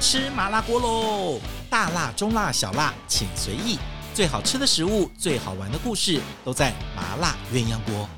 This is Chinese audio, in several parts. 吃麻辣锅喽！大辣、中辣、小辣，请随意。最好吃的食物，最好玩的故事，都在麻辣鸳鸯锅。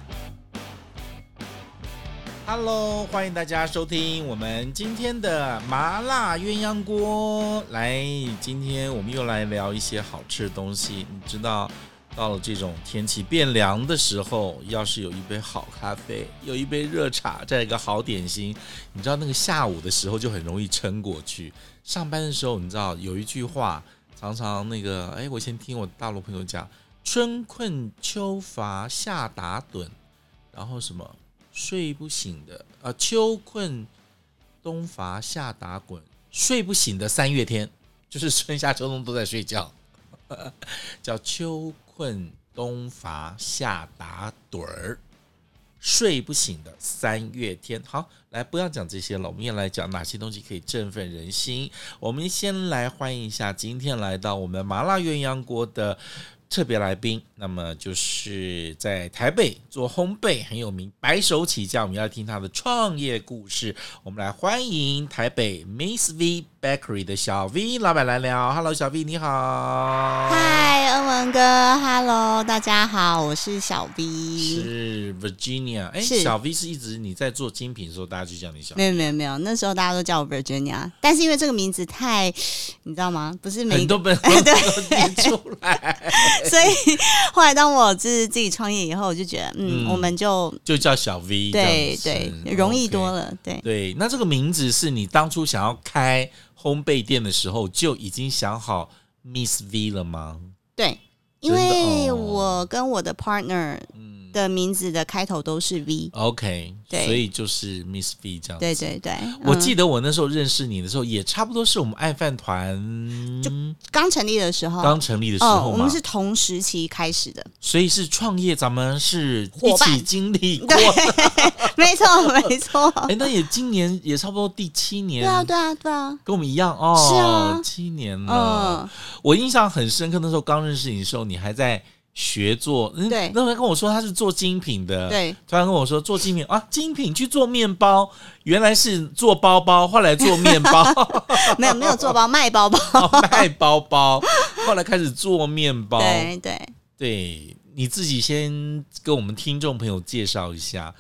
Hello，欢迎大家收听我们今天的麻辣鸳鸯锅。来，今天我们又来聊一些好吃的东西。你知道，到了这种天气变凉的时候，要是有一杯好咖啡，有一杯热茶，再一个好点心，你知道那个下午的时候就很容易撑过去。上班的时候，你知道有一句话，常常那个，哎，我以前听我大陆朋友讲，春困秋乏夏打盹，然后什么睡不醒的啊，秋困冬乏夏打滚，睡不醒的三月天，就是春夏秋冬都在睡觉，叫秋困冬乏夏打盹儿。睡不醒的三月天，好，来不要讲这些了，我们也来讲哪些东西可以振奋人心。我们先来欢迎一下今天来到我们麻辣鸳鸯锅的特别来宾，那么就是在台北做烘焙很有名，白手起家，我们要听他的创业故事。我们来欢迎台北 Miss V Bakery 的小 V 老板来聊，Hello，小 V 你好。嗨，恩文哥，Hello，大家好，我是小 V。是 Virginia，哎，是小 V 是一直你在做精品的时候，大家就叫你小 V 没有没有没有，那时候大家都叫我 Virginia，但是因为这个名字太，你知道吗？不是每很一个，多本 都念出来，所以 后来当我自自己创业以后，我就觉得，嗯，嗯我们就就叫小 V，对这样对子，容易多。 OK 了，对对，那这个名字是你当初想要开烘焙店的时候就已经想好 Miss V 了吗？对，因真的为哦我跟我的 partner 嗯的名字的开头都是 V， ，OK，对所以就是 Miss V 这样子。对对对，我嗯记得我那时候认识你的时候，也差不多是我们爱饭团刚成立的时候，刚成立的时哦，候我嘛们，是同时期开始的，所以是创业，咱们是一伙伴起经 历过。对，没错没错，哎，那也今年也差不多第七年，对啊对啊对啊，跟我们一样哦，是啊七年了。嗯。我印象很深刻，那时候刚认识你的时候，你还在学做，嗯，对那时候跟我说他是做精品的，，对，突然跟我说做精品啊，精品去做面包，原来是做包包，后来做面包， 没有没有做包卖包包，卖包包，后来开始做面包，对对，对，你自己先跟我们听众朋友介绍一下，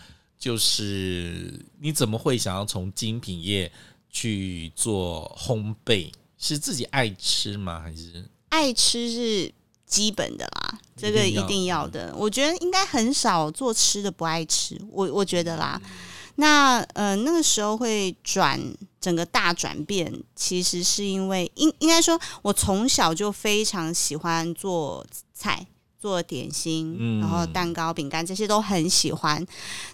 就是你怎么会想要从精品业去做烘焙？是自己爱吃吗？还是爱吃是基本的啦，这个一定要嗯一定要的。我觉得应该很少做吃的不爱吃，我我觉得啦。嗯那呃那个时候会转整个大转变，其实是因为应应该说，我从小就非常喜欢做菜。做点心，嗯然后蛋糕、饼干这些都很喜欢。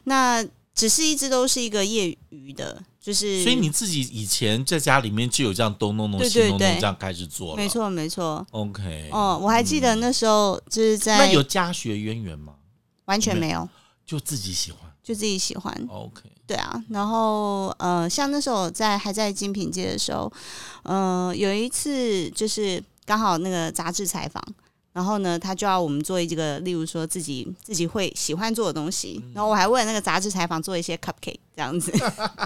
那只是一直都是一个业余的，就是所以你自己以前在家里面就有这样东弄弄对西对弄弄对这样开始做了，没。错没错， OK，哦，我还记得那时候就是那在有家学渊源吗？完全没有，就自己喜欢。就自己喜欢。 OK，对啊，然后呃，像那时候我在还在精品界的时候，呃，有一次就是刚好那个杂志采访，然后呢，他就要我们做一个，例如说自己自己会喜欢做的东西，嗯然后我还为了那个杂志采访做一些 cupcake 这样子。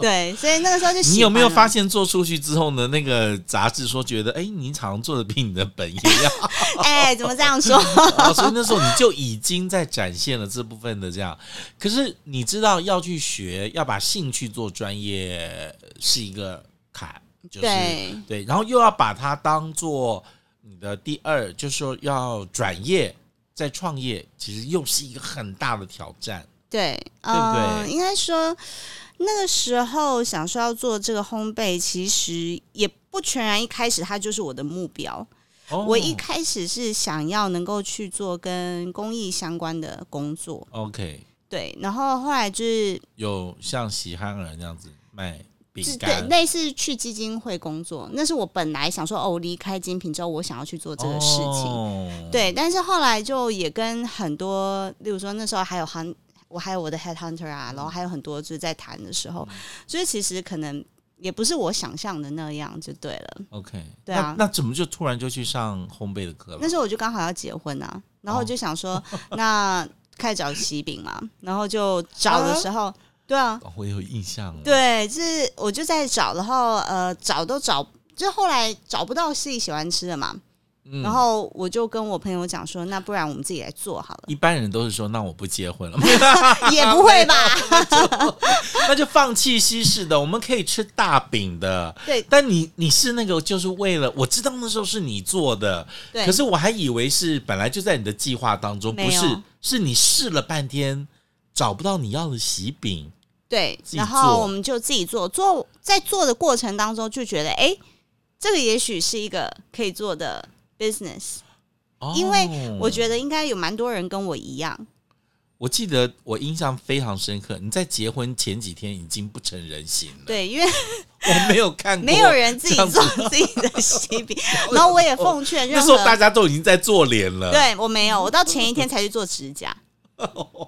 对，所以那个时候就喜欢啊你有没有了发现做出去之后呢？那个杂志说觉得，哎，你常做的比你的本业要哎、怎么这样说？哦，所以那时候你就已经在展现了这部分的这样。可是你知道要去学，要把兴趣做专业是一个坎，就是对对，然后又要把它当做你的第二，就是说要转业再创业，其实又是一个很大的挑战。对，对不对呃应该说那个时候想说要做这个烘焙，其实也不全然一开始它就是我的目标。哦我一开始是想要能够去做跟公益相关的工作， OK 对，然后后来就是有像喜憨儿那样子卖饼是对干。类似去基金会工作，那是我本来想说哦，我离开精品之后，我想要去做这个事情。哦、对，但是后来就也跟很多，例如说那时候还有 hun，我还有我的 head hunter 啊，然后还有很多就是在谈的时候，所以其实可能也不是我想象的那样就对了。 ，OK，对啊那，那怎么就突然就去上烘焙的课了那？时候我就刚好要结婚啊，然后我就想说，那开始找喜饼嘛，然后就找的时候，对啊，哦我有印象了。对，就是我就在找，然后呃找都找，就后来找不到自己喜欢吃的嘛，嗯，然后我就跟我朋友讲说，那不然我们自己来做好了，一般人都是说，那我不结 婚了， 也不会吧？那就放弃西式的，我们可以吃大饼的。对但你你是那个，就是为了我知道那时候是你做的，对，可是我还以为是本来就在你的计划当中，不没有是，是你试了半天找不到你要的喜饼，对，自己然做后我们就自己做，做在做的过程当中就觉得，哎，这个也许是一个可以做的 business，、哦因为我觉得应该有蛮多人跟我一样，我记得我印象非常深刻，你在结婚前几天已经不成人形了，对， 因为我没有看过，没有人自己这样子做自己的喜 饼，然后我也奉劝哦那任时候何大家都已经在做脸了，，对我没有，我到前一天才去做指 甲，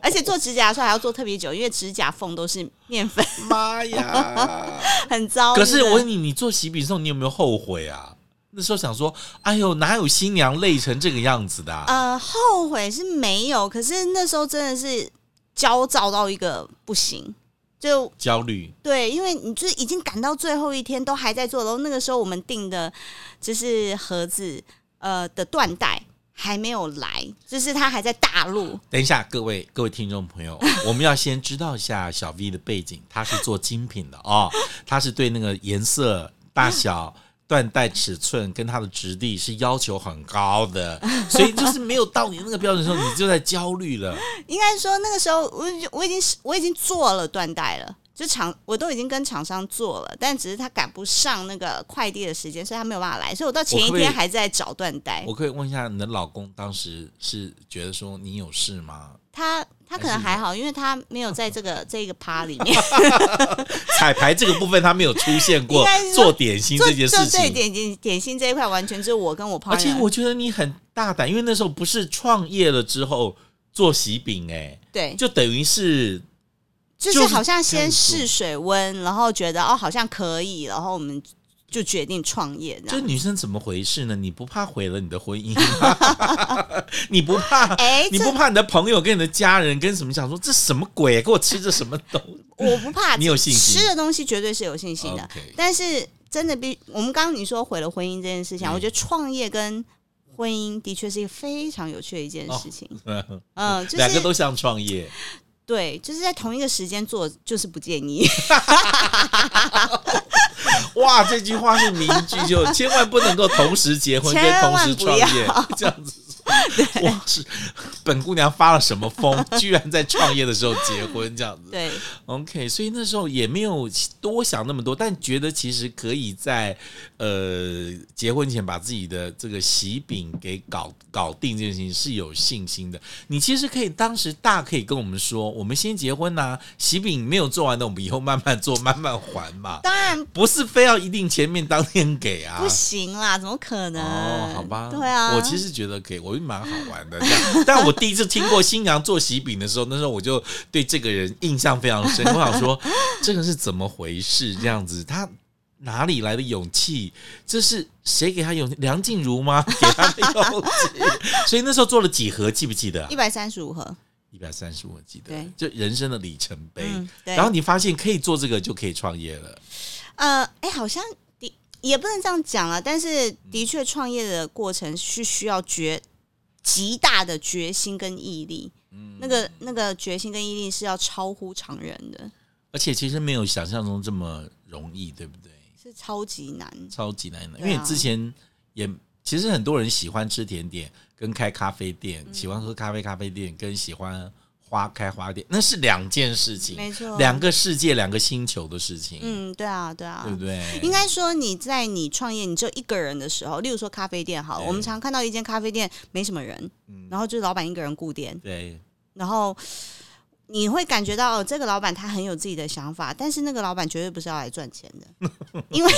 而且做指甲的时候还要做特别久，因为指甲缝都是面粉，妈呀！很糟。 可是真的我问你，你做喜饼的时候，你有没有后悔啊？那时候想说，哎呦，哪有新娘累成这个样子的、啊？呃后悔是没有，可是那时候真的是焦躁到一个不行，就焦虑，对，因为你就是已经赶到最后一天都还在做，然后那个时候我们订的就是盒子呃的缎带。还没有来，就是他还在大陆，等一下，各位各位听众朋友， 我们要先知道一下小 V 的背景，他是做精品的哦，他是对那个颜色、大小、缎带尺寸跟它的质地是要求很高的，所以就是没有到你那个标准的时候，你就在焦虑了。应该说那个时候我已经我已经是我已经做了缎带了，就厂我都已经跟厂商做了，但只是他赶不上那个快递的时间，所以他没有办法来，所以我到前我一可不可以天还在找缎带我。可以问一下，你的老公当时是觉得说你有事吗？他他可能还好，因为他没有在这个这个趴里 面彩排这个部分他没有出现过应该，是说做点心这件事做对情。点点点心这一块完全就是我跟我朋而友。且我觉得你很大胆，因为那时候不是创业了之后做喜饼、欸，对，就等于是就是好像就是这样先做试水温，然后觉得哦好像可以，然后我们就决定创业这这样。女生怎么回事呢？你不怕毁了你的婚姻吗？ 你不怕？哎，你这不怕你的朋友跟你的家人跟什么想说这什么鬼、给我吃这什么东西？我不怕， 你有信心吃的东西绝对是有信心的。 OK 但是真的必，我们刚刚你说毁了婚姻这件事情啊，嗯我觉得创业跟婚姻的确是一个非常有趣的一件事情。嗯、哦就两个是都想创业，对，就是在同一个时间做，就是不建议。哇！这句话是名句，就千万不能够同时结婚跟千万同时创业，这样子。哇，是本姑娘发了什么疯？居然在创业的时候结婚，这样 子。 对 OK，所以那时候也没有多想那么多，但觉得其实可以在呃结婚前把自己的这个喜饼给搞搞定这件事情是有信心的。你其实可以当时大可以跟我们说，我们先结婚呐、喜饼没有做完的，我们以后慢慢做，慢慢还嘛，当然不是非要一定前面当天给啊不。行啦，怎么可能？哦，好吧，对啊，我其实实觉得可以，我觉得蛮好玩的。这样但我 第一次听过新娘做喜饼的时候，那时候我就对这个人印象非常深，我想说这个是怎么回事？这样子，他哪里来的勇气？这是谁给他勇气？梁静茹吗？给他 的勇气？所以那时候做了几盒，记不记 得啊一？百三十五盒，一百三十，我记得对，就人生的里程碑。嗯，对。哎然后你发现可以做这个，就可以创业了。呃，哎，好像的也不能这样讲啊，但是的确创业的过程是需要决极大的决心跟毅力，嗯那个那个决心跟毅力是要超乎常人的，而且其实没有想象中这么容易，对不对？是超级难。超级难的，因对啊为之前也其实很多人喜欢吃甜点，跟开咖啡店，嗯喜欢喝咖啡咖啡店，跟喜欢花开花店，那是两件事情，没错，两个世界、两个星球的事情，嗯，对啊，对啊，对不对？应该说你在你创业你就一个人的时候，例如说咖啡店好了，对嗯我们常看到一间咖啡店没什么人，然后就是老板一个人顾店，对，然后你会感觉到、哦、这个老板他很有自己的想法，但是那个老板绝对不是要来赚钱的， 因为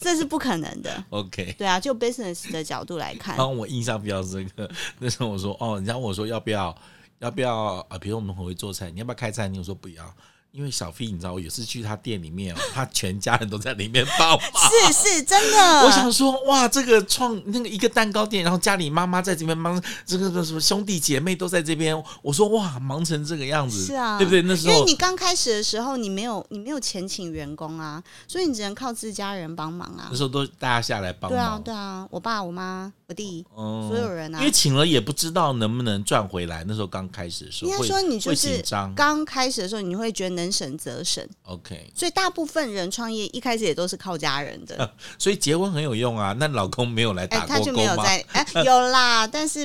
这是不可能的。 OK。对啊，就 business 的角度来看然，后我印象比较深刻，那时候呃我说哦，人家问我说要不要要不要啊？比如我们很会做菜，你要不要开餐厅？我说不要，因为小飞，你知道，我有次去他店里面哦，他全家人都在里面帮忙。是是，真 的。我想说，哇，这个创那个一个蛋糕店，然后家里妈妈在这边忙，这个什么兄弟姐妹都在这边。我说哇，忙成这个样子，是啊对不对？那时因为候你刚开始的时候，你没有你没有钱请员工啊，所以你只能靠自家人帮忙啊那。时候都大家下来帮对啊忙，，对啊，我爸、我妈、我弟，嗯所有人啊因为请了也不知道能不能赚回来。那时候刚开始的时候，应该会说你就会紧是张。刚开始的时候，你会觉得能省则省， OK，所以大部分人创业一开始也都是靠家人的。所以结婚很有用啊。那老公没有来哎、打他过就工没有吗？在哎、 有啦，但是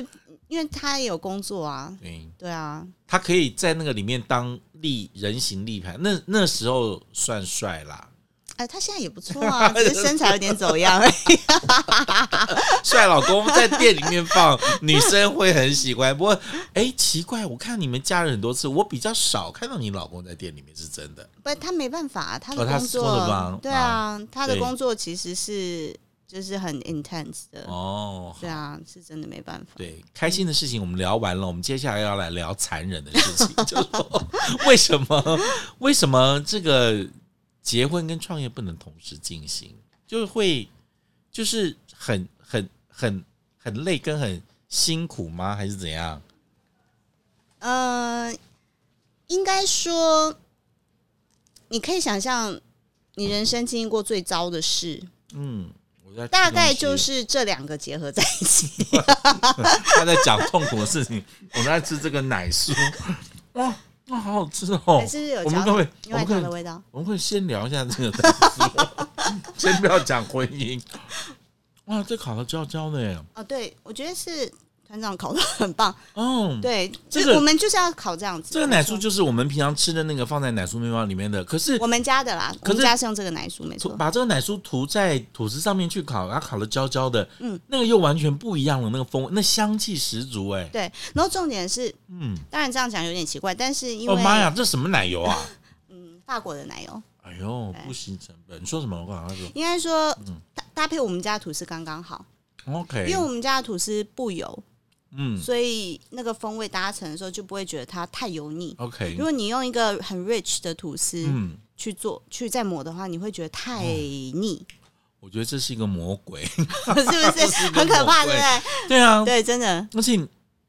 因为他也有工作啊，对，对啊，哎他可以在那个里面当立人形立牌，那那时候算帅啦，哎、他现在也不 错啊，只是身材有点走样而已。帅老公在店里面放，女生会很喜欢。不过，哎、奇怪，我看你们家人很多次，我比较少看到你老公在店里面，是真的。不，他没办法，啊他的哦他工作，工作忙对啊，他的对工作其实是就是很 intense 的，哦，对啊，是真的没办法。对，开心的事情我们聊完了，我们接下来要来聊残忍的事情，就是说为什么为什么这个结婚跟创业不能同时进行，就会就是很很很很累跟很辛苦吗？还是怎样？呃，应该说，你可以想象你人生经历过最糟的事，嗯，我在吃大概东西就是这两个结合在一起。他在讲痛苦的事情，我在吃这个奶酥，哇，那好好吃哦还！ 是有我们焦各位，另我外们可一种的以，味道。我们可以先聊一下这个奶酥， 先不要讲婚姻。哇，这烤的焦焦的耶！哦，对，我觉得是团长烤的很棒。嗯，对，这就个我们就是要烤这样子。这个奶酥就是我们平常吃的那个放在奶酥面包里面的，可是我们家的啦，我可是们家是用这个奶酥，没涂错。把这个奶酥涂在吐司上面去烤，然后烤的焦焦的，嗯，那个又完全不一样了，那个风味，那香气十足哎。对，然后重点是，嗯，当然这样讲有点奇怪，但是因哦为、妈呀，这什么奶 油啊？嗯，法国的奶油哎呦，不行成本，你说什么？我好像说应该说嗯搭搭配我们家的吐司刚刚好， OK，因为我们家的吐司不油，嗯所以那个风味搭成的时候就不会觉得它太油腻。 ，OK，如果你用一个很 rich 的吐司嗯，去做、去再抹的话，你会觉得太 腻，我觉得这是一个魔鬼， 是不是是一个很可怕？魔对鬼不对啊对？，对，真的。而且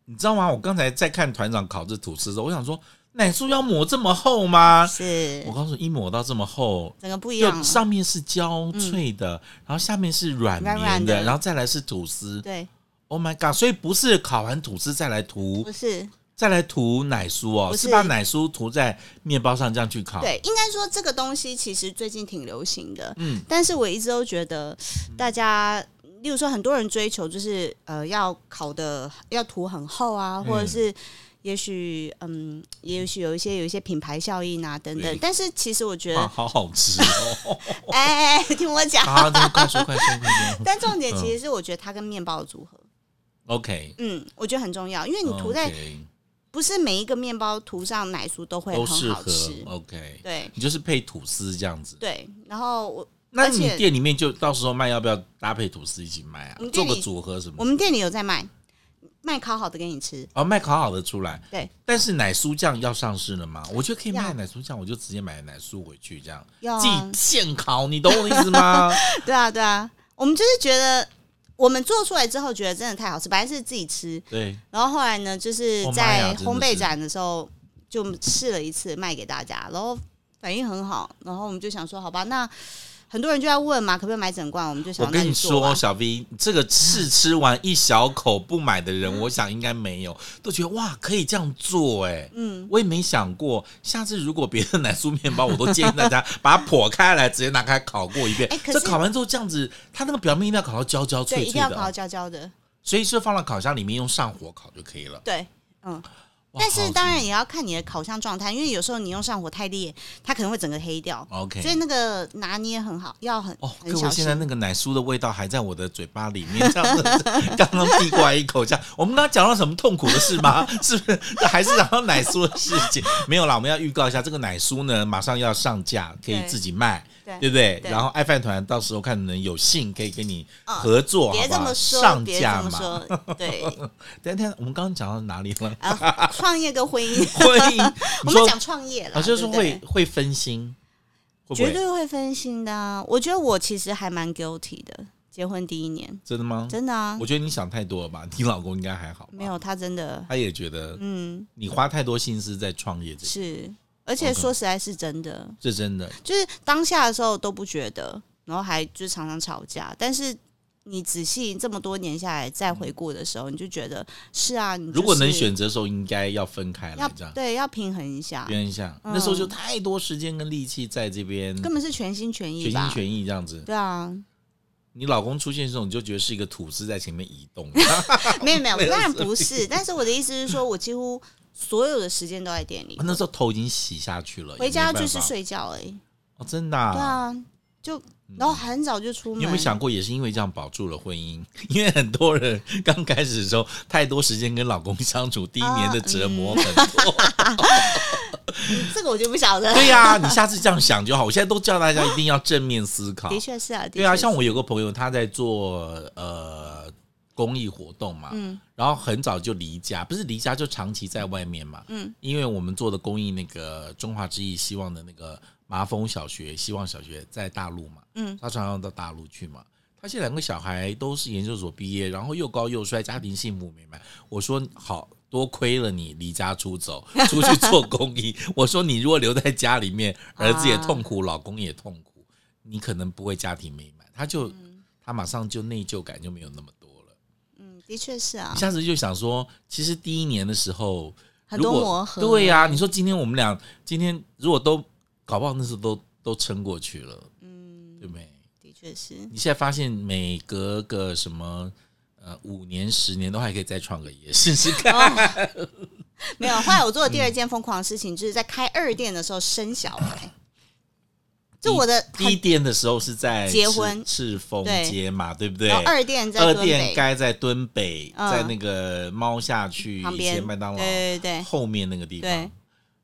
你知道吗？我刚才在看团长烤这吐司的时候，我想说奶酥要抹这么厚吗？是我告诉你，一抹到这么厚。整个不一样就了。上面是焦脆的，然后下面是软绵软软的然后再来是吐司。对， Oh my god！所以不是烤完吐司再来涂不是再来涂奶酥哦，不是是把奶酥涂在面包上这样去烤。，对，应该说这个东西其实最近挺流行的，嗯但是我一直都觉得大家，例如说很多人追求就是呃要烤的要涂很厚啊，或者嗯是也许嗯，也许有一些有一些品牌效应啊等对等，但是其实我觉哇，得，好好吃哦！ 哎哎，哎听我讲，好，那快说快说快说。但重点嗯其实是我觉得它跟面包的组合。 OK，嗯，我觉得很重要， 因为你涂在哦 OK 不是每一个面包涂上奶酥都会都很适好合哦吃， OK，对你就是配吐司这样子。对。然后我那而你且店里面就到时候卖，要不要搭配吐司一起卖啊我？们做店里个组合什我么？们店里有在卖，卖烤好的给你吃。 哦，卖烤好的出来。对，但是奶酥酱要上市了吗？我觉得可以卖要奶酥酱，我就直接买奶酥回去这样要自啊己，现烤，你懂我的意思吗？ 对啊，对啊，我们就是觉得我们做出来之后觉得真的太好吃，本来是自己吃，对，然后后来呢，就是哦妈呀在真的烘焙是展的时候就试了一次，卖给大家，然后反应很好，然后我们就想说，好吧，那很多人就在问嘛，可不可以买整罐？我们就想我要跟那你做啊说，吧小 V，这个试吃完一小口不买的人，我想应该没有，都觉得哇，可以这样做哎、嗯，我也没想过，下次如果别的奶酥面包，我都建议大家把它剖开来，直接拿开烤过一遍。哎可这是烤完之后这样子，它那个表面一定要烤到焦焦对，脆一脆定要的烤哦，焦焦的，所以是放到烤箱里面用上火烤就可以了。对，嗯。哇但是好当新然也要看你的烤箱状态，因为有时候你用上火太烈，它可能会整个黑掉。所以，OK。那个拿捏很好，要很、哦，很各小位，心现。在那个奶酥的味道还在我的嘴巴里面，这样子刚刚递过来一口，这样我们刚刚讲到什么痛苦的事吗？ 是不是还是讲到奶酥的事情？没有啦，我们要预告一下，这个奶酥呢马上要上架，可以对自己卖。对对，不对？对然后爱饭团到时候看能有幸可以跟你嗯合作，别好不这好么说，上别架这么嘛。 说，对， 等一下等一下，我们刚刚讲到哪里了？啊，创业跟婚姻， 会， 我哦你们说讲创业了，啊，就是对不对会会分心，会不绝会？对会分心的、啊。我觉得我其实还蛮 guilty 的，结婚第一年，真的吗？真的啊嗯我，觉得你想太多了吧，你老公应该还好吧？没有他真的，他也觉得嗯，你花太多心思在创业这，是，而且 OK 说实在是真的，这真的就是当下的时候都不觉得，然后还就是常常吵架，但是。你仔细这么多年下来再回顾的时候，你就觉得是啊，你、就是、如果能选择的时候，应该要分开要来这样。对要平衡一下，边一下，嗯那时候就太多时间跟力气在这边根本是全心全意全吧？心全意这样子。对啊， 你老公出现的时候，你就觉得是一个土司在前面移 动，没有没有，没有当然所以不是。但是我的意思是说，我几乎所有的时间都在店里，哦那时候头已经洗下去了，回也家没办法就是睡觉而已。哦，真的啊、嗯对啊，就然后很早就出门。你有没有想过，也是因为这样保住了婚姻？ 因为很多人刚开始的时候，太多时间跟老公相处，第一年的折磨啊嗯很多。 这个我就不晓得。对呀、你下次这样想就好。我现在都叫大家一定要正面思考的。确是啊，的确对啊，是像我有个朋友，他在做呃公益活动嘛，嗯然后很早就离家，不是离家就长期在外面嘛，嗯，因为我们做的公益那个中华之翼希望的那个麻风小学，希望小学在大陆嘛，嗯他常常到大陆去嘛。他现在两个小孩都是研究所毕业，然后又高又帅，家庭幸福美满。我说好多亏了你离家出走， 出去做公益。我说你如果留在家里面，儿子也痛苦，老公也痛苦，你可能不会家庭美满。他就、他马上就内疚感就没有那么多了。嗯，的确是啊一，下子就想说，其实第一年的时候，很如多果磨合。对呀、你说今天我们俩今天如果都搞不好那时候都都撑过去了，嗯，对不对？的确是。你现在发现每隔个什么呃五年十年都还可以再创个业试 试看，哦，没有。后来我做的第二嗯件疯狂的事情，就是在开二店的时候生小孩。就我的第一很店的时候是在结赤婚赤峰街嘛，对不对？然后二店在二敦店北该在敦北，嗯在那个猫下去旁以边前麦当劳对对对后面那个地对方。，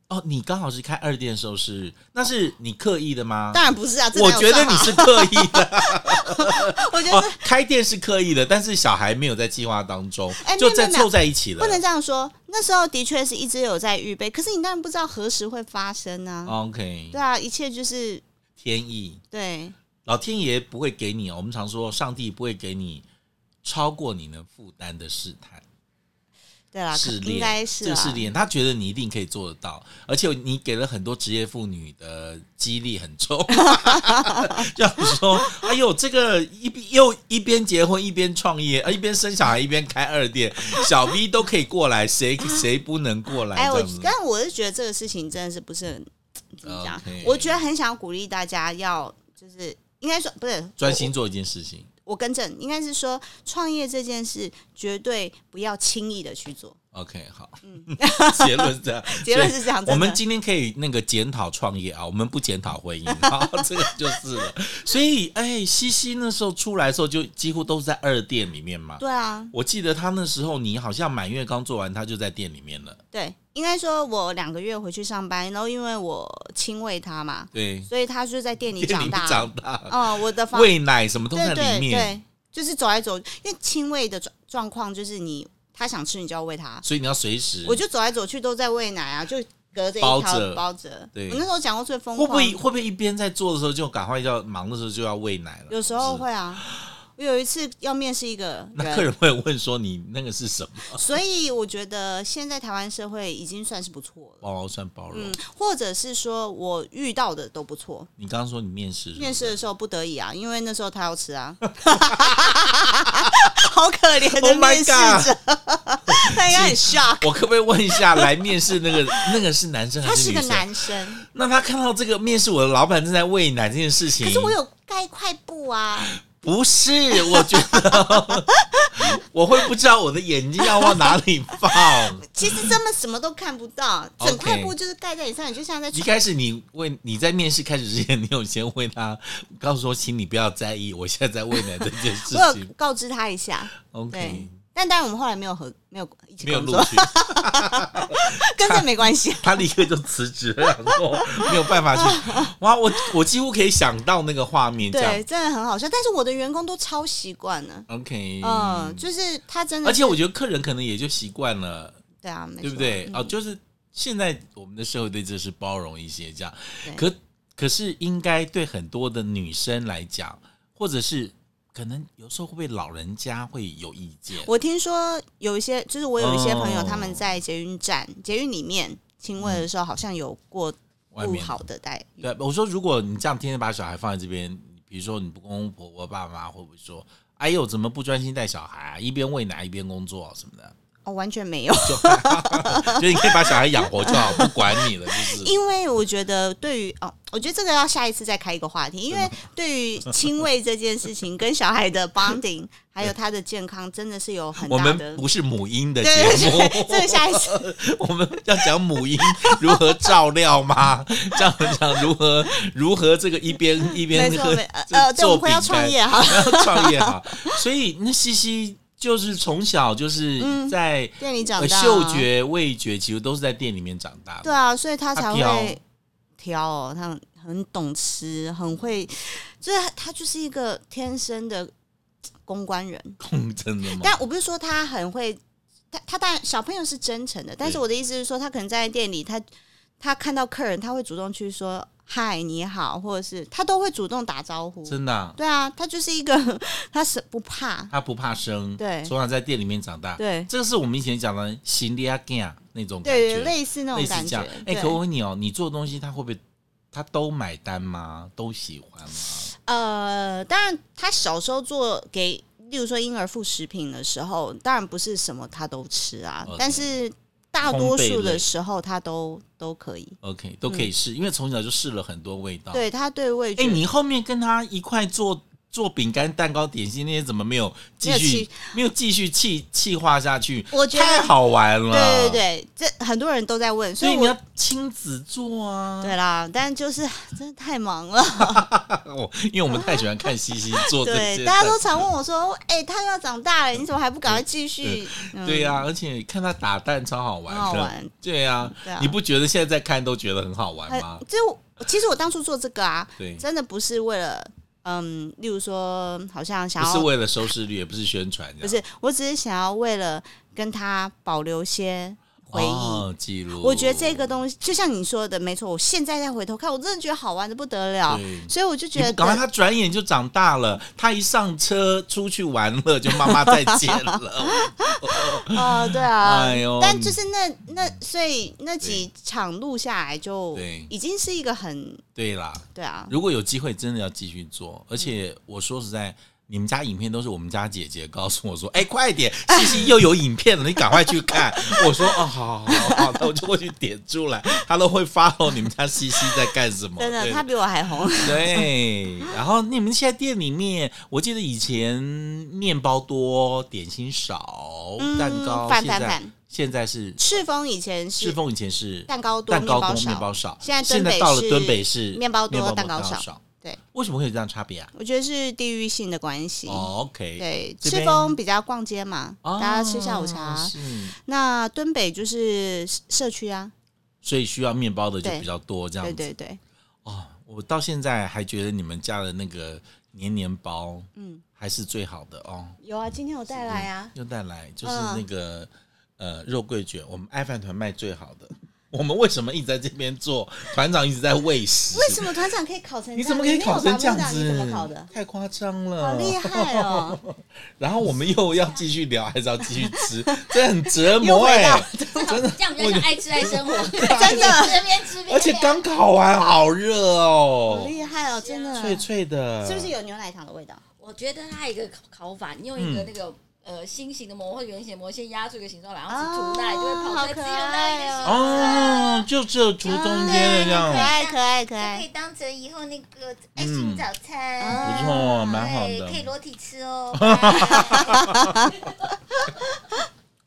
哦，你刚好是开二店的时候是，那是你刻意的吗？哦当然不是啊，这哪我有觉得算你好 是刻意的， 我觉哦得，开店是刻意的，但是小孩没有在计划当中哎，就没有在没有凑在一起了不。能这样说。那时候的确是一直有在预备，可是你当然不知道何时会发生啊。哦 OK，对啊，一切就是天意。对，老天爷不会给你，我们常说上帝不会给你超过你能负担的试探、对啦，可试炼，啊应该是这啦个试炼，他觉得你一定可以做得到，而且你给了很多职业妇女的激励很重， 这样说，哎呦，这个一边又一边结婚一边创业，呃一边生小孩一边开二店，小 V 都可以过来，谁谁不能过来？哎，这我样子，但我是觉得这个事情真的是不是很怎么讲啊 OK 我觉得很想鼓励大家要就是应该说不是专心做一件事情我。我更正，应该是说创业这件事绝对不要轻易的去做。 ，OK，好， 结论是这样，嗯 结论是这样，真的我们今天可以那个检讨创业啊，我们不检讨婚姻， 好，这个就是了。所以，哎，西西那时候出来的时候，就几乎都是在二店里面嘛。对啊，我记得他那时候，你好像满月刚做完，他就在店里面了。对，应该说我两个月回去上班，然后因为我亲喂他嘛，对，所以他就在店里店里面长大。长大，嗯，我的房喂奶什么都在里对对面，对，就是走来走，因为亲喂的状状况就是你他想吃你就要喂他，所以你要随时。我就走来走去都在喂奶啊，就隔着一包条着包着。对我那时候讲过最疯会狂，不会会不会一边在做的时候就赶快要忙的时候就要喂奶了？有时候。会啊。我有一次要面试一个那客人，人会问说你那个是什么？所以我觉得现在台湾社会已经算是不错了。包包算包容。嗯，或者是说我遇到的都不错。你刚刚说你面试是不是，面试的时候不得已啊，因为那时候他要吃啊， 好可怜的 Oh my 面试者，他应该很 shock。我可不可以问一下，来面试那个 那个是男生还他是是女个生？嗯男生，那他看到这个面试我的老板正在喂奶这件事情，可是我有盖一块布啊，不是，我觉得 我会不知道我的眼睛要往哪里放。其实真的什么都看不到， OK 整块布就是盖在你身上，你就像在一床开始你问你在面试开始之前，你有先问他，告诉说，请你不要在意我现在在喂奶这件事我有 情。告知他一下，对 OK，。但当然，我们后来没有合，没有一起没有工录作，取， 跟这没关系。他立刻就辞职了，然后没有办法去。哇，我我几乎可以想到那个画面这样 对，。真的很好笑。但是我的员工都超习惯了， OK，嗯，就是他真 的，而且我觉得客人可能也就习惯了，对啊，没错对不对？嗯哦，就是现在我们的社会对这是包容一些这样，对可可是应该对很多的女生来讲，或者是可能有时候会不会老人家会有意见？我听说有一些，就是我有一些朋友哦他们在捷运站、捷运里面亲喂的时候，好像有过外不面好的待遇。对，我说如果你这样天天把小孩放在这边，比如说你不公公婆婆爸爸妈妈会不会说？哎呦，怎么不专心带小孩啊？一边喂奶一边工作什么 的，哦，完全没有，就你可以把小孩养活就好，不管你了， 就是。 因为我觉得对于哦，我觉得这个要下一次再开一个话题，因为对于亲喂这件事情，跟小孩的 bonding，还有他的健康，真的是有很我大们的。不是母婴的对节对目，对， 这个下一 次我们要讲母婴如何照料吗？ 这样讲如何如何这个一边 一边没错喝 没呃呃，对，做我们快要饼创干业哈，然后创业哈，所以那西西就是从小就是在、店里嗯长呃大啊、嗅觉、味觉，其实都是在店里面长大对的。啊，所以他他才挑会挑哦，他很很懂吃，很会，就是他他就是一个天生的公关人。控 真的吗？但我不是说他很会，他他当然小朋友是真诚的，但是对我的意思是说，他可能在店里，他他看到客人，他会主动去说嗨你好，或者是他都会主动打招呼。真的啊、对啊，他就是一个 他是不怕，他不怕生，对从小在店里面长大，对这个是我们以前讲的行李阿 g 那种感对觉，对，类似那类种似感这觉样。。哎、对可我问你哦，你做的东西他会不会他都买单吗？都喜欢吗？呃，当然，他小时候做给，例如说婴儿副食品的时候，当然不是什么他都吃啊 OK 但是大多数烘焙类的时候他都都可以。 OK，都可以试，因为从小就试了很多味道。，嗯对他对味觉，哎、你后面跟他一块做做饼干、蛋糕、点心那些，怎么没有继没有续气没有继续气气化下去？我觉得太好玩了。对对对，这很多人都在问，所所以以你我要亲子做啊。对啦，但就是真的太忙了，哦我因为我们太喜欢看西西做这些 对，事，大家都常问我说，哎、他要长大了，你怎么还不赶快继续？嗯对呀、而且看他打蛋超好玩的，很好玩对呀、对啊你不觉得现在在看都觉得很好玩很吗？就我其实我当初做这个啊，对，真的不是为了，嗯，例如说，好像想不要是为了收视率，也不是宣传，不是，我只是想要为了跟他保留些回忆。哦记录。我觉得这个东西，就像你说的，没错。我现在再回头看，我真的觉得好玩的不得了对，所以我就觉你不赶快，得，他转眼就长大了。他一上车出去玩了，就妈妈再见了。呃，对啊。哎呦但就是那那，所以那几场录下来，就对已经是一个很对啦，对啊，如果有机会，真的要继续做。而且我说实在，你们家影片都是我们家姐姐告诉我说：“哎、快点，西西又有影片了，你赶快去看。”我说：“哦，好好好好，那我就会去点出来。”他都会 follow 你们家西西在干什么。真的，对他比我 还红。对，然后你们现在店里面，我记得以前面包多，点心少，嗯蛋糕反现反在反现在是赤峰以前赤是峰以前是蛋糕多，蛋糕多面面包包少。少，现在现敦在北到了是敦北是面包多蛋糕糕少少，对，为什么会有这样的差别啊？我觉得是地域性的关系。哦，OK，对，这赤边峰比较逛街嘛，哦，大家吃下午茶。是那敦北就是社区啊，所以需要面包的就对比较多，这样对子对对，哦。我到现在还觉得你们家的那个年年包，嗯嗯，还是最好的哦。有啊，今天我带来啊，又带来就是嗯那个、呃肉桂卷，我们爱饭团卖最好的。我们为什么一直在这边做？团长一直在喂食，为什么团长可以烤成这样？你怎么可以烤成这样你子？没有把它弄到你怎么烤的？太夸张了，好厉 害哦！然后我们又要继续聊，还是要继续 吃，这很折又磨回哎、到真的这样比较像爱吃爱生活， 真的这边吃边聊而且刚烤完，好热好哦，厉害哦，真的，脆脆的，是不是有牛奶糖的味道？我觉得它有一个烤法，你用一个那个、呃心形的膜或者圆形的膜先压出一个形状来，然后只涂奶、就会跑哦出来，只有那一个形状。哦，就只有涂中间的这嗯可样，爱啊可爱可这可以爱，哦当成以后那个爱嗯心早餐，不错，蛮好哎对，可以的。裸体吃 哦。拜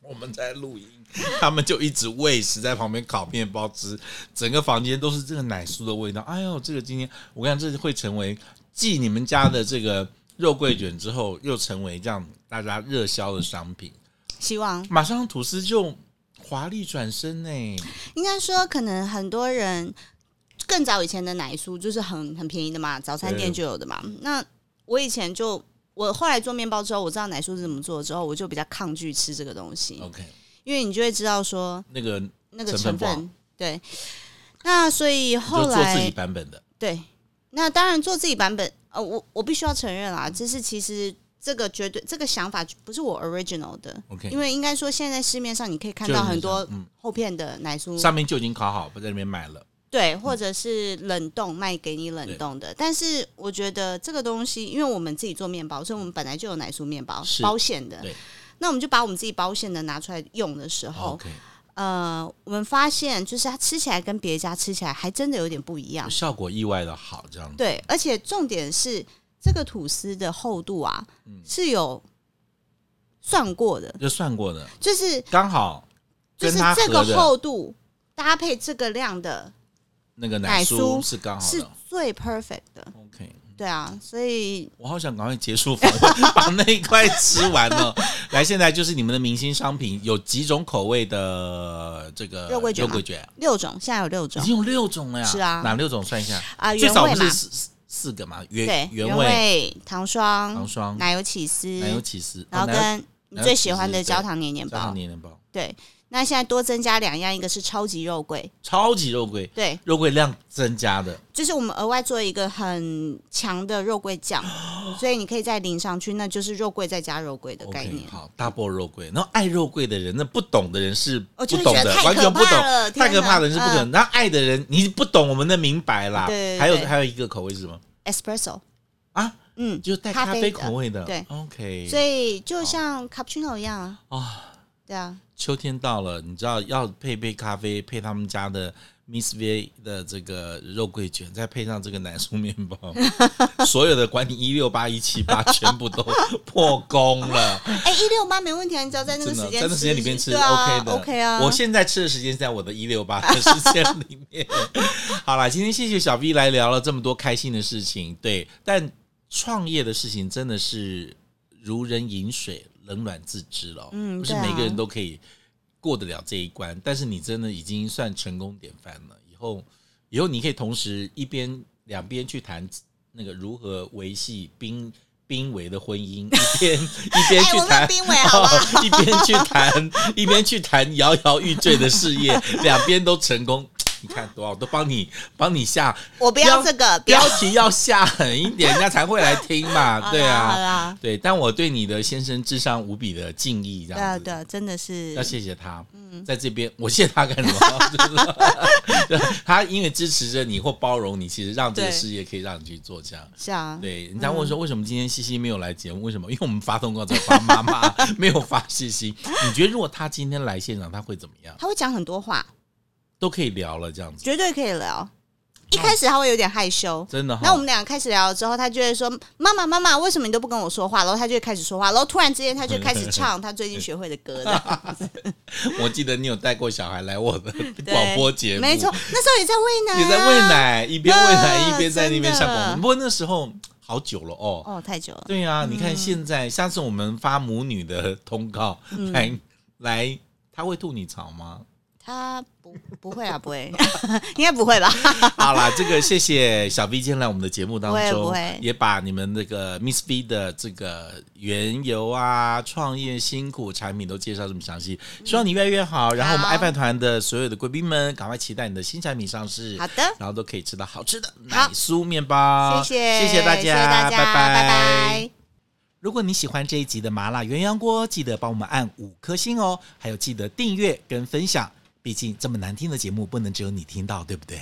我们在录音， 他们就一直喂食在旁边烤面包吃，整个房间都是这个奶酥的味道。哎呦，这个今天我跟你讲，这会成为继你们家的这个肉桂卷之后，又成为这样大家热销的商品。希望马上吐司就华丽转身呢、应该说，可能很多人更早以前的奶酥就是很很便宜的嘛，早餐店对就有的嘛。那我以前哦就我后来做面包之后，我知道奶酥是怎么做之后，我就比较抗拒吃这个东西， OK，因为你就会知道说那个那个成分成不好分。对，那所以就后做自己来版本的，对，那当然做自己版本，呃，我我必须要承认啦，就是其实这个绝对这个想法不是我 original 的 OK 因为应该说现在市面上你可以看就到是很这样多嗯后片的奶酥上面就已经烤好，不在那边买了。对，或者是冷冻卖给你冷对冻的。但是我觉得这个东西，因为我们自己做面包，所以我们本来就有奶酥面包是包馅的对。那我们就把我们自己包馅的拿出来用的时候 OK，呃，我们发现就是它吃起来跟别家吃起来还真的有点不一样。效果意外的好，这样子。对，而且重点是这个吐司的厚度啊，嗯是有算过的，就算过的，就是刚好就跟是它这合个的厚度搭配这个量的那个奶酥酥是刚好是的。最 perfect 的。 OK，对啊，所以我好想赶快结束访 问，把那一块吃完了。 来，现在就是你们的明星商品有几种口味的这个肉桂卷吗卷六种，现在有六已种经有六种了呀。是啊哪六种算一下？啊，最原少味不嘛是，四四四个嘛？对原，原味、味、糖霜、糖霜、奶油起司，奶油起司，然后哦奶油跟你最喜欢的焦糖黏黏焦糖包。年年包，对，那现在多增加两样，一个是超级肉桂，超级肉桂，对，肉桂量增加的。就是我们额外做一个很强的肉桂酱，所以你可以再淋上去，那就是肉桂再加肉桂的概 OK，念。好，大波肉桂。然后爱肉桂的人，那不懂的人是不我哦就会懂觉的得，太完可全不怕懂了，太天可怕哪嗯的人是不可能。那爱的人，你不懂，我们能明白啦。对对对还有还有一个口味是什么 Espresso，啊？嗯，就带咖咖啡啡口味的。的对，OK。所以就像 cappuccino 一样啊，啊，对啊，秋天到了，你知道要配杯咖啡，配他们家的 Miss V 的这个肉桂卷，再配上这个奶酥面包，所有的管你一六八一七八，全部都破功了。哎，一六八没问题啊，你只要在那个真的时间在那时间里面吃对啊 OK 的 OK 啊，我现在吃的时间是在我的一六八的时间里面。 好啦，今天谢谢小 V 来聊了这么多开心的事情，对，但创业的事情真的是如人饮水，冷暖自知了哦。嗯不是对啊每个人都可以过得了这一关，但是你真的已经算成功典范了。以后，以后你可以同时一边两边去谈那个如何维系濒濒危的婚姻，一边 一边哎，去我谈们冰伟好吧。 一边去谈，一边去谈摇摇欲坠的事业， 两边都成功。你看多少都帮你帮你下 我不要这个，不要标题要下狠一点，人家才会来听嘛。对 好啊，啦，对。但我对你的先生智商无比的敬意，这对啊，样子对。啊，嗯真的是要谢谢他，在这边我谢他干什 么？ 就是他因为支持着你或包容你，其实让这个对事业可以让你去做这样。是啊，对，人家问说为什么今天西西没有来节目？为什么？因为我们发通告在发妈妈， 没有发西西。你觉得如果他今天来现场，他会怎么样？他会讲很多话，都可以聊了，这样子，绝对可以聊。一开始他会有点害羞，真的哈。那我们俩开始聊了之后，他就会说：“妈妈，妈妈，为什么你都不跟我说话？”然后他就会开始说话，然后突然之间他就开始唱他最近学会的歌的，我记得你有带过小孩来我的广播 节目，没错，，那时候也在喂奶、也在喂。奶，一边喂奶、嗯一边在那边上广真播。的不过那时候好久了哦。哦，太久了，对呀、你嗯看现在，下次我们发母女的通告、嗯来来，他会吐你槽吗？他不不会啊，不会， 应该不会吧？好啦，这个谢谢小 V 今天来我们的节目当不会中，不会也把你们那个 Miss V 的这个缘由啊、创业辛苦、产品都介绍这么详细，希望你越来越好。然后我们好爱饭团的所有的贵宾们，赶快期待你的新产品上市。好的然后都可以吃到好吃的奶好酥面包。谢谢，谢谢大家，谢谢大家，拜拜如果你喜欢这一集的麻辣鸳鸯锅，记得帮我们按五颗星哦，还有记得订阅跟分享，毕竟这么难听的节目不能只有你听到，对不对？